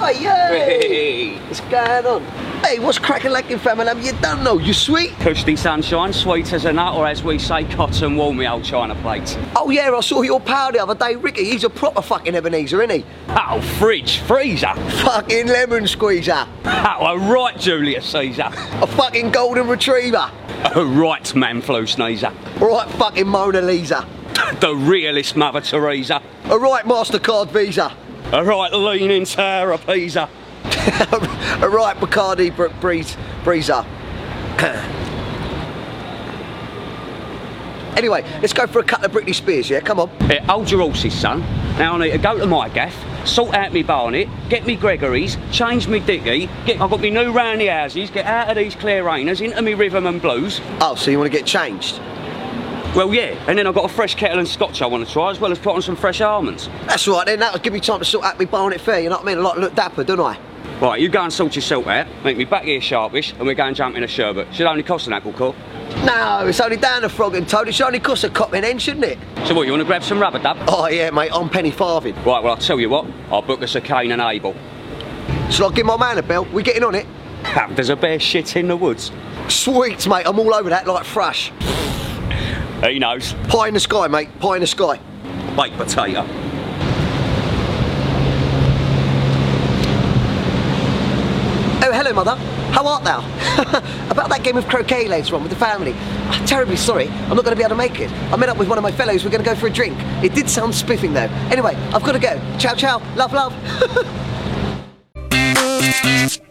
right, yay! Hey. What's going on? Hey, what's cracking lacking, fam? And have you done though? You sweet? Coasting sunshine, sweet as a nut, or as we say, cotton wool, me old china plate. Oh yeah, I saw your pal the other day, Ricky. He's a proper fucking Ebenezer, isn't he? Oh, fridge, freezer. Fucking lemon squeezer. Oh, a right Julius Caesar. A fucking golden retriever. A right man flu sneezer. Right fucking Mona Lisa. The realist Mother Teresa. A right MasterCard Visa. A right leaning Sarah Pisa. a right Bacardi Bre- Breeze Breezer. anyway, let's go for a couple of Britney Spears, yeah? Come on. Hey, hold your horses, son. Now I need to go to my gaff, sort out me barnet, get me Gregory's, change me diggy, get, I've got me new round the houses, get out of these clear rainers, into me rhythm and blues. Oh, so you want to get changed? Well, yeah, and then I've got a fresh kettle and scotch I want to try, as well as put on some fresh almonds. That's all right then, that'll give me time to sort out my barnet fair, you know what I mean? I like to look dapper, don't I? Right, you go and sort yourself out, make me back here sharpish, and we're going jumping a sherbet. Should only cost an apple cup. No, it's only down the frog and toad. It should only cost a cop and end, shouldn't it? So what, you want to grab some rubber dub? Oh yeah, mate, I'm penny farthing. Right, well, I'll tell you what, I'll book us a cane and Abel. Shall I give my man a bell? We getting on it? There's a bear shit in the woods. Sweet, mate, I'm all over that like thrush. He knows. Pie in the sky, mate, pie in the sky. Baked potato. Oh, hello, mother. How art thou? About that game of croquet later on with the family. I'm terribly sorry. I'm not going to be able to make it. I met up with one of my fellows. We're going to go for a drink. It did sound spiffing, though. Anyway, I've got to go. Ciao, ciao. Love, love.